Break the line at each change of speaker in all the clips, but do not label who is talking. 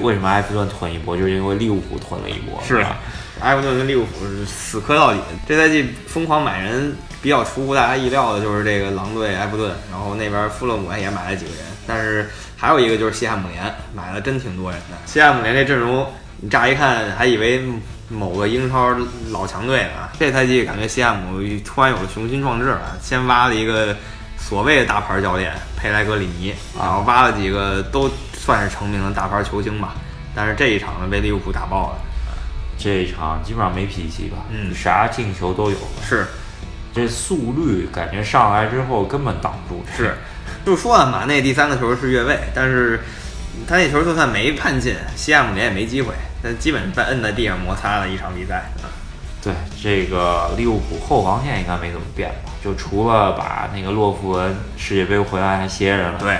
为什么埃弗顿囤一波，就是因为利物浦囤了一波。
是啊，埃弗顿跟利物浦是死磕到底。这赛季疯狂买人比较出乎大家意料的就是这个狼队埃弗顿，然后那边富勒姆也买了几个人，但是还有一个就是西汉姆联买了真挺多人的。西汉姆联这阵容，你乍一看还以为某个英超老强队呢，这赛季感觉西汉姆突然有了雄心壮志了，先挖了一个所谓的大牌教练佩莱格里尼，然后挖了几个都算是成名的大牌球星吧，但是这一场呢被利物浦打爆了。
这一场基本上没脾气吧，
嗯
啥进球都有了。
是
这速率感觉上来之后根本挡不住。
是，就说了马内第三个球是越位，但是他那球就算没判进，西汉姆联也没机会，但基本被摁在地上摩擦了一场比赛。啊
对这个利物浦后防线应该没怎么变吧？就除了把那个洛夫文世界杯回来还歇着了，，
对，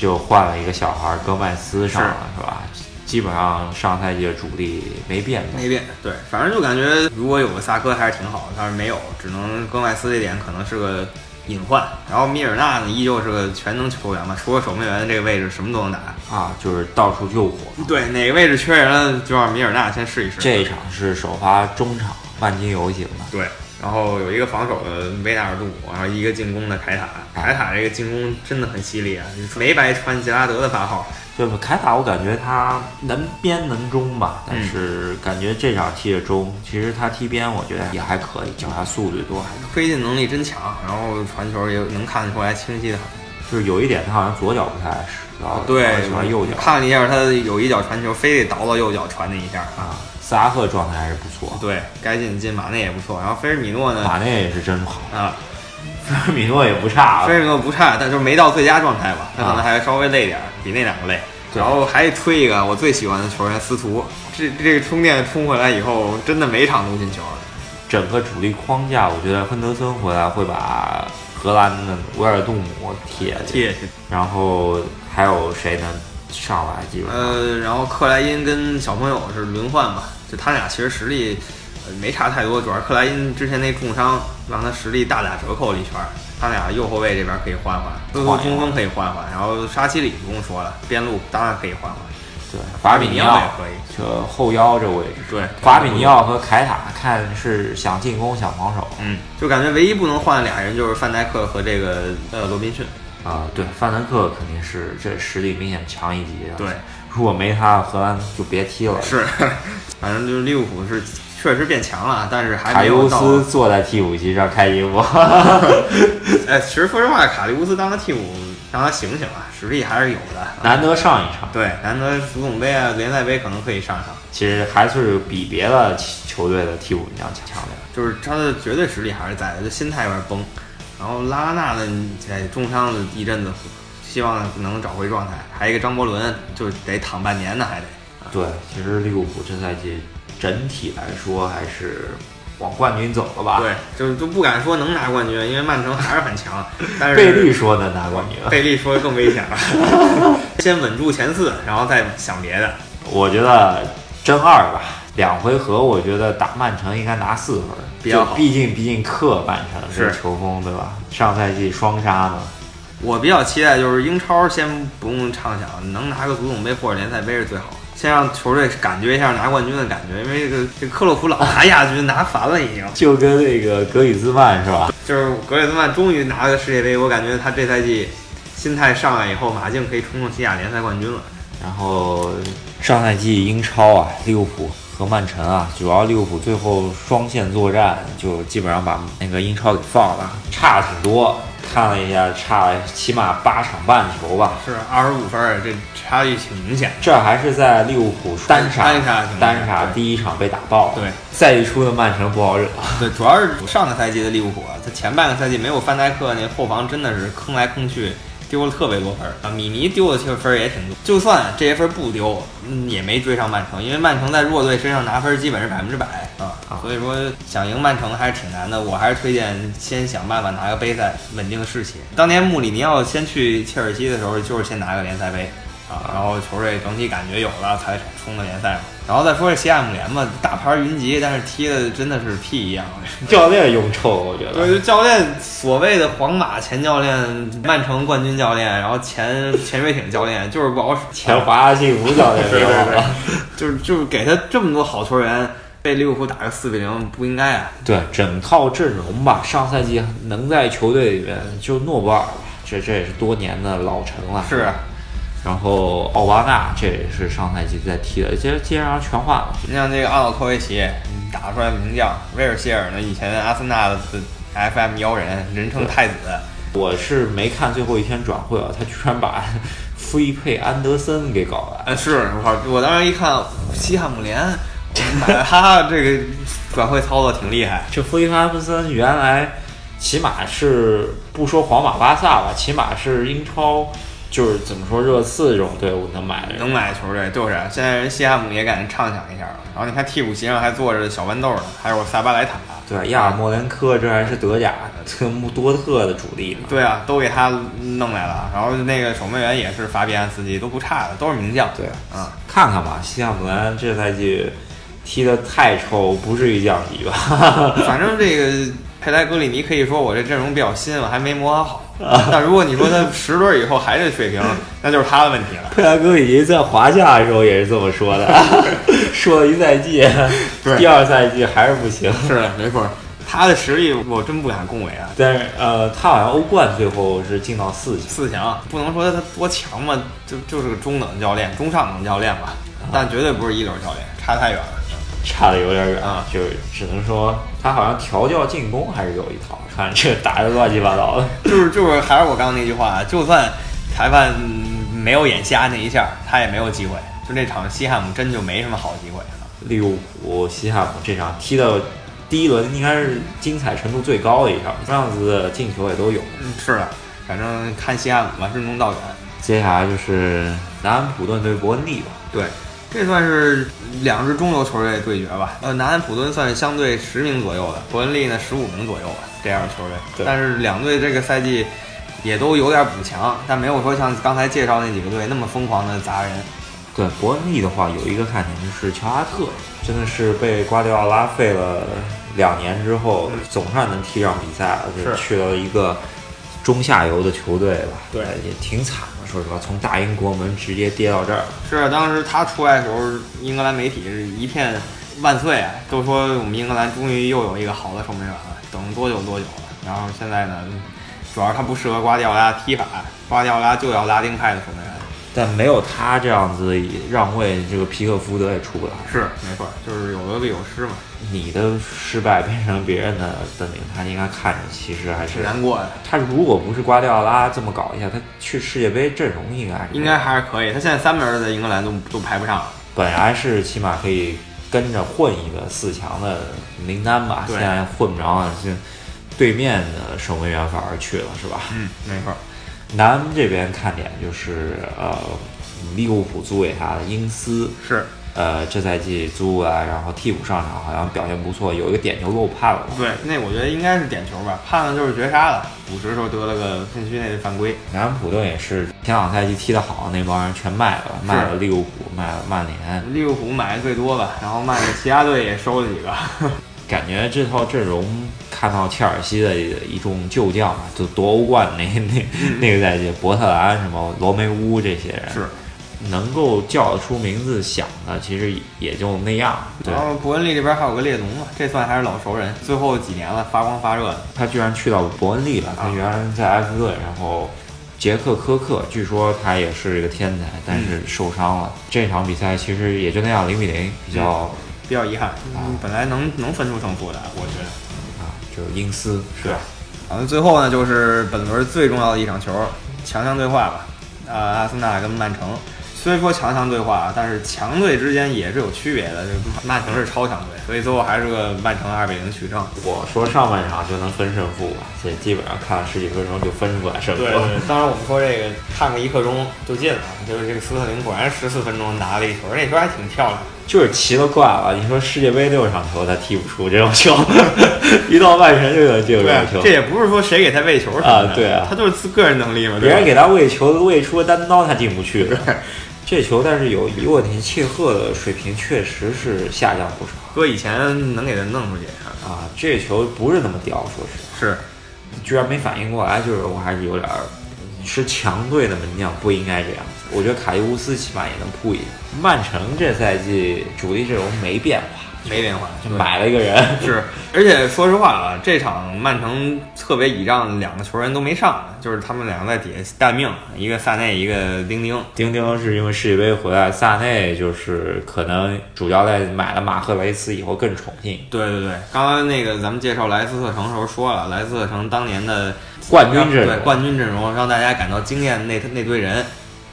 就换了一个小孩儿戈麦斯上
是
了，是吧？基本上上赛季的主力没变吧？
没变。对，反正就感觉如果有个萨科还是挺好的，但是没有，只能戈麦斯这点可能是个隐患。然后米尔纳呢，依旧是个全能球员嘛，除了守门员这个位置什么都能打。
啊，就是到处救火。
对，哪个位置缺人了，就让米尔纳先试一试。
这一场是首发中场万金油型的，
对，然后有一个防守的维纳尔杜姆，然后一个进攻的凯塔。凯塔这个进攻真的很犀利啊，没白穿杰拉德的发号。
就是凯塔，我感觉他能边能中吧，但是感觉这场踢的中，其实他踢边我觉得也还可以，脚下速度多还可以。
推进能力真强，然后传球也能看得出来清晰的很。
就是有一点他好像左脚不太碍事，然
哦
后然后喜欢右脚
看了一下他有一脚传球，非得倒到右脚传那一下啊。
啊。萨拉赫状态还是不错，
对该进进，马内也不错。然后菲尔米诺呢？
马内也是真好，
啊，
菲尔米诺也不差
菲尔米诺不差，但就是没到最佳状态吧，他可
啊
能还稍微累点儿，比那两个累。
对
然后还推一个我最喜欢的球员司徒，这这个充电充回来以后，真的每场都进球。
整个主力框架，我觉得亨德森回来会把荷兰的维尔杜姆铁
谢谢。
然后还有谁能上来？基本上、
呃，然后克莱因跟小朋友是轮换吧，就他俩其实实力呃没差太多，主要是克莱因之前那重伤让他实力大打折扣了一圈儿。他俩右后卫这边可以换换，最后
换一换
中锋可以换换，然后沙奇里不用说了，边路当然可以换换，
对法比尼
奥
奥
也可以。
这后腰这位置，
对，
法比尼奥和凯塔看是想进攻想防守
嗯，就感觉唯一不能换的俩人就是范戴克和这个呃罗宾逊。
啊、对，范德克肯定是这实力明显强一级的。啊
对，
如果没他，荷兰就别踢了。
是， 反正就是利物浦是确实变强了，但是还
卡
没
利
有
乌
到。
斯坐在替补席上开一 波，
哎，其实说实话，卡利乌斯当个替补，让他醒醒啊，实力还是有的。
难得上一场，
对，难得足总杯啊、联赛杯可能可以上上，
其实还是比别的球队的替补要强强点。
就是他的绝对实力还是在的，就心态有点崩。然后拉纳呢，哎，重伤了一阵子，希望能找回状态。还有一个张伯伦，就得躺半年呢，还得。
对，其实利物浦这赛季整体来说还是往冠军走了吧？，
对，就是都不敢说能拿冠军，因为曼城还是很 强。但是
贝利说能拿冠军，啊
贝利说更危险了， 先稳住前四，然后再想别的。
我觉得争二吧，两回合我觉得打曼城应该拿四分，
比较
就
好
毕竟毕竟克曼城这
是
球风对吧？上赛季双杀嘛，
我比较期待就是英超先不用畅想，能拿个足总杯或者联赛杯是最好的，先让球队感觉一下拿冠军的感觉，因为这个这克洛普老拿亚军哎拿烦了已经。
就跟那个格里兹曼是吧？
就是格列兹曼终于拿了个世界杯，我感觉他这赛季心态上来以后，马竞可以冲冲西甲联赛冠军了。
然后上赛季英超啊，利物浦和曼城啊，主要利物浦最后双线作战，就基本上把那个英超给放了，差挺多。看了一下，差了起码八场半球吧。
是二十五分，这差距挺明显。
这还是在利物浦单杀
单杀情况下
单杀
对
第一场被打爆了，
对，
赛季初的曼城不好惹。
对，主要是上个赛季的利物浦啊，他前半个赛季没有范戴克，那后防真的是坑来坑去，丢了特别多分儿啊。米尼丢的其实分儿也挺多，就算这些分儿不丢，嗯，也没追上曼城，因为曼城在弱队身上拿分儿基本是百分之百啊
啊。
所以说想赢曼城还是挺难的，我还是推荐先想办法拿个杯赛稳定士气。当年穆里尼奥先去切尔西的时候，就是先拿个联赛杯。啊，然后球队整体感觉有了才冲的联赛嘛。然后再说这西汉姆联嘛，大牌云集，但是踢的真的是屁一样。
教练用臭，我觉
对，
得。
就教练所谓的皇马前教练、曼城冠军教练，然后前 前瑞挺教练，就是不好使，
前华夏幸福教练，
对对
吧
对，就是就是给他这么多好球员，被利物浦打个四比零不应该啊。
对整套阵容吧，上赛季能在球队里面就诺博尔吧，这这也是多年的老臣了。
是啊，
然后奥巴纳这也是上赛季在踢的，接接上全换了。
你像这个阿瑙托维奇打出来名将，威尔希尔呢，以前阿森纳的 FM 妖人，人称太子。
我是没看最后一天转会啊，他居然把 富伊佩安德森给搞来，
哎，是我我当时一看西汉姆联，我买了他这个转会操作挺厉害。
这弗里安德森原来起码是不说皇马、巴萨吧，起码是英超，就是怎么说热刺这种队伍能买的人。
能买球队就是，啊现在人西汉姆也敢畅想一下了。然后你看替补席上还坐着小豌豆呢，还有萨巴莱塔，
对，亚尔莫连科这还是德甲特穆多特的主力呢。
对啊，都给他弄来了。然后那个守门员也是法比安斯基，都不差的，都是名将。
对
啊，
看看吧，西汉姆联这赛季踢得太臭，不至于降级吧？
反正这个佩莱格里尼可以说我这阵容比较新，我还没磨合 好。但如果你说他十轮以后还这水平，那就是他的问题了。
佩莱格里尼在华夏的时候也是这么说的， 说了一赛季，
对
第二赛季还是不行。
是的，没错，他的实力我真不敢恭维啊。
但是呃，他好像欧冠最后是进到四强，
四强啊不能说他多强吧，就就是个中等教练、中上等教练吧，但绝对不是一流教练，差太远了。
差的有点远
啊，
就是只能说他好像调教进攻还是有一套，看这打的乱七八糟的。
就是就是，还是我刚刚那句话，啊就算裁判嗯没有眼瞎那一下，他也没有机会。就那场西汉姆真就没什么好机会了。
利物浦、西汉姆这场踢的第一轮应该是精彩程度最高的一场，这样子的进球也都有。
嗯，是的，反正看西汉姆吧，任重道远。
接下来就是南安普顿对伯恩利吧，
对，这算是两支中游球队的对决吧。呃，南安普顿算是相对十名左右的，伯恩利呢十五名左右吧，这样的球队。
对
但是两队这个赛季也都有点补强，但没有说像刚才介绍那几个队那么疯狂的砸人。
对伯恩利的话，有一个看点就是乔阿特，真的是被瓜迪奥拉废了两年之后，
嗯
总算能踢上比赛了，就是去了一个中下游的球队吧。
对
也挺惨的，说实话，从大英国门直接跌到这儿。
是啊当时他出来的时候，英格兰媒体是一片万岁啊，都说我们英格兰终于又有一个好的守门员了，等了多久多久了。然后现在呢，主要是他不适合瓜迪奥拉踢法，瓜迪奥拉就要拉丁派的守门员。
但没有他这样子让位，这个皮克福德也出不来。
是，没错，就是有得必有失嘛，
你的失败变成别人的本领，他应该看着，其实还
挺
是
难过的。
他如果不是瓜迪奥拉这么搞一下，他去世界杯阵容应该还是
应该还是可以。他现在三门儿在英格兰都都排不上了，
本来是起码可以跟着混一个四强的名单吧，
对
现在混不着了，就对面的守门员反而去了，是吧？
嗯，没错儿，
南安这边看点就是呃，利物浦租给他的英斯，
是
呃，这赛季租过来，然后替补上场好像表现不错，有一个点球漏判了。
对。那我觉得应该是点球吧，判了就是绝杀了。补时的时候得了个禁区内的犯规，
南安普顿也是前两赛季踢得好，那帮人全卖了，卖了利物浦，卖了曼联，
利物浦买的最多吧，然后曼联其他队也收了几个。
感觉这套阵容看到切尔西的一众旧将吧，就夺欧冠那 那那个赛季，伯特兰什么罗梅乌这些人，
是，
能够叫得出名字响的，其实也就那样。对
然后伯恩利这边还有个列侬嘛，这算还是老熟人，最后几年了，发光发热的。
他居然去到伯恩利了，他原来在埃弗顿，然后杰克科克，据说他也是一个天才，但是受伤了。这场比赛其实也就那样，零比零，比较
比较遗憾，嗯本来能能分出胜负的，我觉得。
啊，就是英斯是吧？
然后最后呢，就是本轮最重要的一场球，强强对话吧。呃，阿森纳跟曼城，虽说强强对话，啊但是强队之间也是有区别的。这曼城是超强队，所以最后还是个曼城二比零取胜。
我说上半场就能分胜负吧，这基本上看了十几分钟就分出来胜负。
当然我们说这啊个看个一刻钟就进了，就是这个斯特林果然十四分钟拿了一球，那球还挺漂亮。
就是奇了怪了。你说世界杯六场球他踢不出这种球， 一到曼城就能进这种球
这，也不是说谁给他喂球什么的
啊对啊
他就是自个人能力嘛，
别
对
人
吧？
给他喂球喂出个单刀他进不去。这球但是有疑问题，切赫的水平确实是下降不少
哥以前能给他弄出去
啊。这球不是那么吊，说实话。
是
居然没反应过来，就是我还是有点儿，是强队的门将不应该这样。我觉得卡伊乌斯起码也能扑一下。曼城这赛季主力阵容没变化，
没变化，
就
对
买了一个人，
是，而且说实话啊，这场曼城特别倚仗两个球员都没上，就是他们两个在底下待命，一个萨内，一个丁丁。
丁丁是因为世界杯回来，萨内就是可能主教练买了马赫雷斯以后更宠幸，
对对对，刚刚那个咱们介绍莱斯特城的时候说了，莱斯特城当年的
冠军阵
对
容
冠军阵容让大家感到惊艳那那堆人，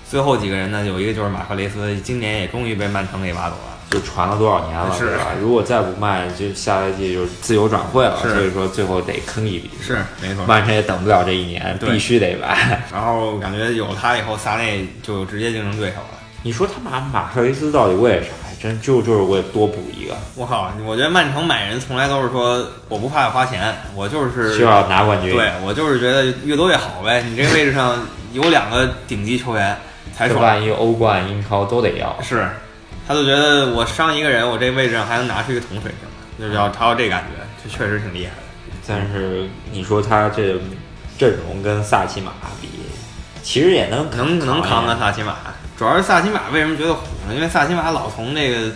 最后几个人呢，有一个就是马克雷斯，今年也终于被曼城给挖走了。
就传了多少年了，
是
对吧？如果再不卖，就下赛季就是自由转会了，
是
所以说最后得坑一笔。
是，没错。
曼城也等不了这一年，
对
必须得买。
然后感觉有他以后，萨内就有直接竞争对手了。
你说他马马赫雷斯到底为啥？还真就就是为多补一个，
我靠，我觉得曼城买人从来都是说我不怕花钱，我就是
需要拿冠军。
对我就是觉得越多越好呗。你这个位置上有两个顶级球员才
这
爽，
万一欧冠、英超都得要。
是，他就觉得我伤一个人，我这位置上还能拿出一个同水平，就是要他有这感觉，这确实挺厉害的。
但是你说他这阵容跟萨奇马比，其实也能
能能扛
得
啊
上。
得萨奇马，主要是萨奇马为什么觉得虎呢？因为萨奇马老从这个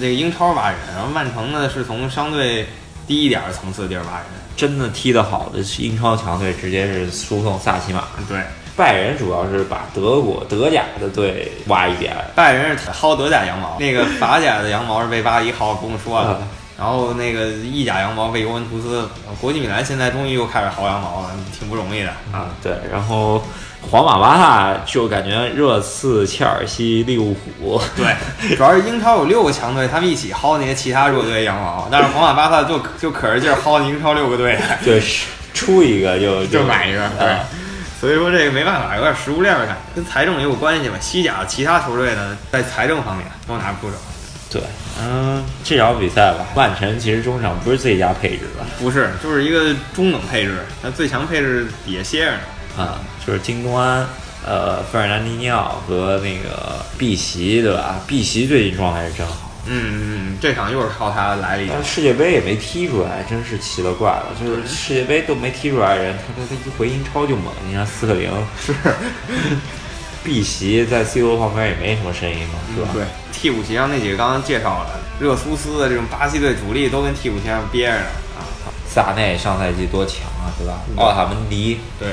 这个英超挖人，然后曼城呢是从相对低一点儿层次的地儿挖人。
真的踢得好的英超强队，直接是输送萨奇马。
对，
拜仁主要是把德国德甲的队挖一遍，
拜仁是薅德甲 羊毛，那个法甲的羊毛是被巴黎薅，不用说了
嗯。
然后那个意甲羊毛被尤文图斯，国际米兰现在终于又开始薅羊毛了，挺不容易的啊。
啊，对，然后皇马、巴萨就感觉热刺、切尔西、利物浦，
对，主要是英超有六个强队，他们一起薅那些其他弱队的羊毛，但是皇马巴萨就就可着劲儿薅英超六个队，
就是出一个就
就买一个。
嗯
对
啊，
所以说这个没办法，有点食物链儿的感觉，跟财政也有关系吧。西甲其他球队呢，在财政方面都拿不出手，
对，嗯，这场比赛吧，曼城其实中场不是最佳配置吧？
不是，就是一个中等配置，那最强配置底下歇着呢。
啊、就是京东安、呃，费尔南迪尼奥和那个碧玺，对吧？碧玺最近状态是真好，
嗯，嗯，这场又是靠他来了一脚
但。是世界杯也没踢出来，真是奇了怪了。就是世界杯都没踢出来的人，他他他一回英超就猛，你看斯克 林是。碧玺在 C罗 E 旁边也没什么声音嘛，是吧？
嗯对，替补席上那几个刚刚介绍了，热苏斯的这种巴西队主力都跟替补席上憋着呢啊。
萨内上赛季多强啊，对吧？
嗯
奥塔门迪
对，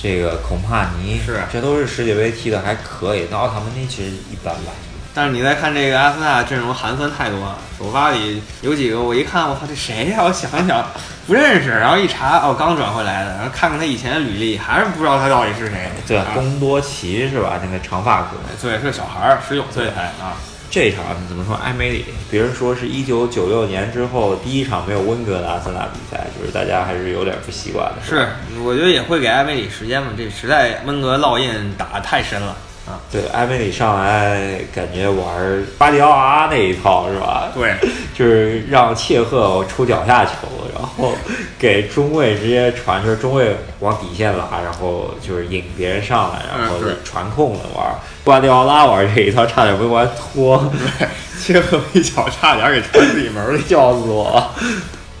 这个孔帕尼
是
这都是世界杯踢的还可以，但奥塔门尼其实一般般。
但是你再看这个阿森纳阵容寒酸太多了，首发里有几个我一看，我操，这谁呀、我想一想不认识，然后一查，哦，刚转回来的，然后看看他以前的履历，还是不知道他到底是谁。
对
啊，
贡多齐是吧？那个长发哥，
对，是个小孩儿，十九岁才啊。
这场怎么说？埃梅里，别人说是一九九六年之后第一场没有温格的阿森纳比赛，就是大家还是有点不习惯的。
是，我觉得也会给埃梅里时间嘛，这实在温格烙印打得太深了啊。
对，埃梅里上来感觉玩巴迪奥拉那一套是吧？
对，
就是让切赫出脚下球，然后给中卫直接传，就是中卫往底线拉，然后就是引别人上来，然后
嗯对
传控的玩。瓜迪奥拉玩这一套差点被我拖，
切赫一脚差点给传自己门里。
笑死我了。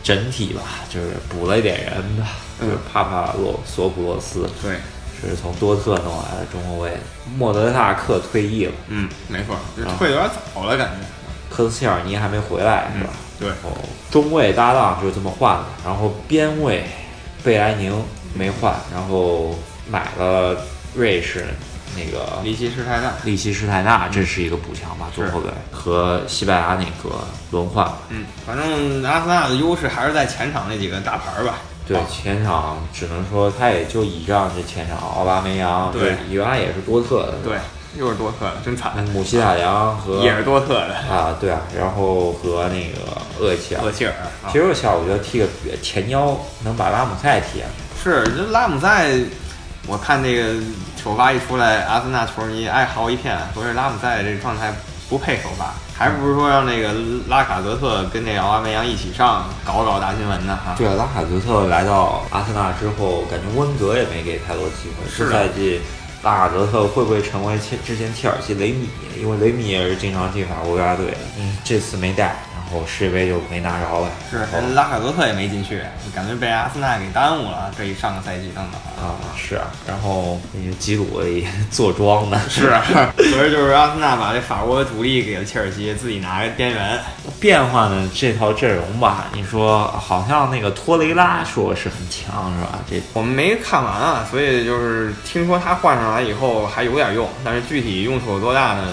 整体吧，就是补了一点人吧，就是帕帕洛索普洛斯，
对，
这是从多特弄来的中后卫，莫德纳克退役了，
嗯，没错，就退的有点早了，感觉。
科斯切尔尼还没回来是吧？
对，
然后中卫搭档就这么换了，然后边卫贝莱宁没换，然后买了瑞士那个
离奇失态大。
利希施泰纳，这是一个补强吧，左后卫和西班牙那个轮换吧。
嗯，反正阿森纳的优势还是在前场那几个大牌儿吧。
对前场只能说他也就倚仗这前场奥巴梅扬，这
对
原来也是多特的，
对，嗯又是多特的，真惨，
姆希塔良和
也是多特的
啊对啊，然后和那个厄齐尔。
厄齐尔。啊
其实我小我觉得踢个前腰能把拉姆塞踢啊上，
是这拉姆塞，我看那个首发一出来，阿森纳球迷哀嚎一片，说是拉姆塞这个状态不配首发，还不如说让那个拉卡泽特跟那奥巴梅扬一起上，搞搞大新闻呢哈。
对，啊拉卡泽特来到阿森纳之后，感觉温格也没给太多机会。
是的
这赛季拉卡泽特会不会成为切之前切尔西雷米？因为雷米也是经常进法国国家队的，嗯，这次没带，然后世界杯就没拿着了。
是
然后，
拉卡泽特也没进去，感觉被阿森纳给耽误了。这一上个赛季等等啊，
啊，是啊，然后那个吉鲁也 坐庄呢，
是， 啊所以就是阿森纳把这法国主力给了切尔西，自己拿个边缘。
变换的这套阵容吧，你说好像那个托雷拉说是很强是吧？这
我们没看完啊，所以就是听说他换上来以后还有点用，但是具体用处有多大呢？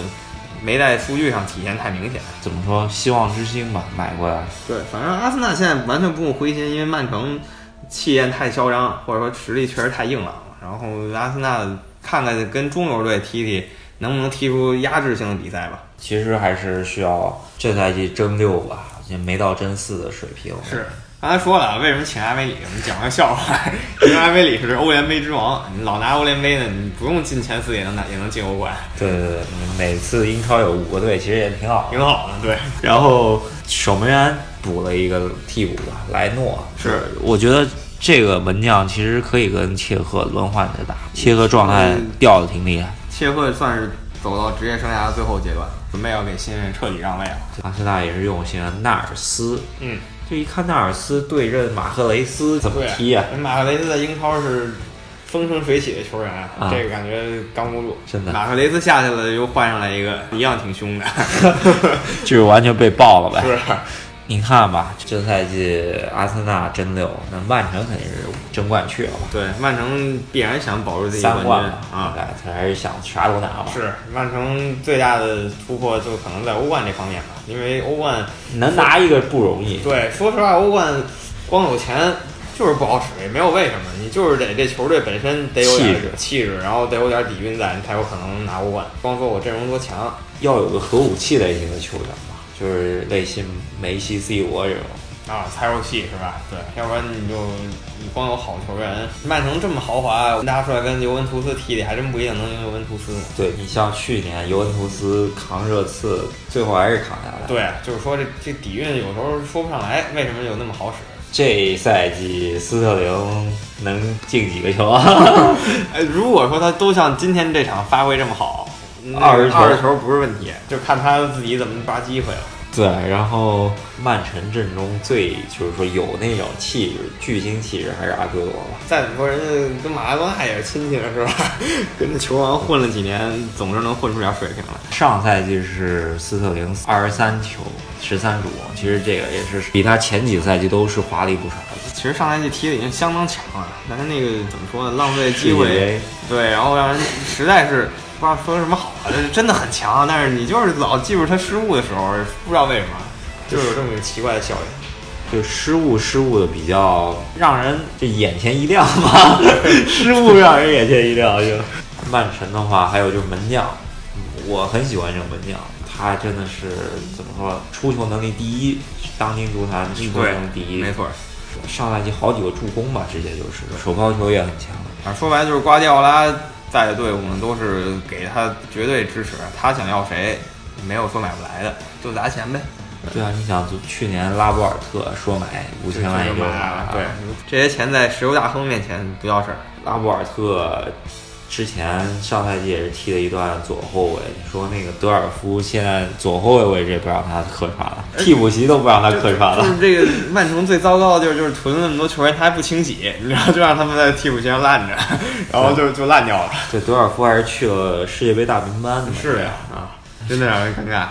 没在数据上体现太明显。
怎么说？希望之星吧，买过来。
对，反正阿森纳现在完全不用灰心，因为曼城气焰太嚣张，或者说实力确实太硬朗。然后阿森纳看看跟中游队踢踢，能不能踢出压制性的比赛吧。
其实还是需要这赛季争六吧，也没到争四的水平。
是，刚才说了，为什么请埃梅里？我们讲个笑话， 因为埃梅里是欧联杯之王，你老拿欧联杯呢，你不用进前四也能拿，也能进欧冠，
对对对，每次英超有五个队，其实也挺好的。
挺好的。对，
然后守门员补了一个替补吧，莱诺。
是，
我觉得这个门将其实可以跟切赫轮换着打，切赫状态
嗯
掉的挺厉害。
切赫算是走到职业生涯的最后阶段，准备要给新人彻底让位了。
阿森纳也是用新人纳尔斯，
嗯，
就一看纳尔斯对阵马赫雷斯怎么
对，啊
踢啊呀、
马赫雷斯在英超是风生水起的球员，
啊
这个感觉刚不住。
真的
马赫雷斯下去了，又换上来一个一样 挺凶的，
就是完全被爆了呗。
是
你看吧，这赛季阿森纳争六，那曼城肯定是争冠去了吧？
对，曼城必然想保住自己冠
三
军
冠吧，
啊
应。该他还是想啥都拿吧？
是曼城最大的突破就可能在欧冠这方面吧，因为欧冠
能拿一个不容易。
对，说实话，欧冠光有钱就是不好使，也没有为什么，你就是得这球队本身得有点
气质
气质，然后得有点底蕴在，你才有可能拿欧冠。光说我阵容多强，
要有个核武器类型的球员吧，就是类似梅西、C 罗这种。
啊，才有戏是吧？对，要不然你就你光有好球员，曼城这么豪华，拿出来跟尤文图斯踢踢，还真不一定能赢尤文图斯。
对你像去年尤文图斯扛热刺，最后还是扛下来。
对，就是说这这底蕴有时候说不上来，为什么有那么好使？
这赛季斯特林能进几个球啊？
哎，如果说他都像今天这场发挥这么好，那个
20球
二十球不是问题，就看他自己怎么抓机会了。
对，然后曼城阵中最就是说有那种气质、巨星气质还是阿圭罗吧。
再怎么说，人家跟马拉多纳也是亲戚了，是吧？ 跟着球王混了几年，总是能混出点水平来。
上赛季是斯特林二十三球十三助攻，其实这个也是比他前几赛季都是华丽不少的。
其实上赛季踢的已经相当强了，但是那个怎么说呢，浪费机会，对，然后让人实在是不知道说什么好了，真的很强，啊但是你就是老记住他失误的时候，不知道为什么，就是有这么一个奇怪的效应。
就失误失误的比较让人就眼前一亮 吧，失误让人眼前一亮就。曼城的话，还有就是门将，我很喜欢这个门将，他真的是怎么说，出球能力第一，当今足坛出球能力第一
没。错。
上赛季好几个助攻吧，直接就是手抛球也很强。
反正说白了就是瓜迪奥拉带的队伍呢，都是给他绝对支持，他想要谁，没有说买不来的，就砸钱呗。
对啊，你想去年拉波尔特说买五千万啊也
就
就
买
买
了
了，，
啊对，这些钱在石油大亨面前不叫事儿。
拉波尔特之前上赛季也是踢了一段左后卫，说那个德尔夫现在左后卫位置也不让他客串了，替补席都不让他客串
呃就
了。
是这个曼城最糟糕的地儿，就是囤了那么多球员，他还不清洗，你知道，就让他们在替补席上烂着，然后就就烂掉了。
对，德尔夫还是去了世界杯大名班的嘛。
是呀，啊，真的让人尴尬。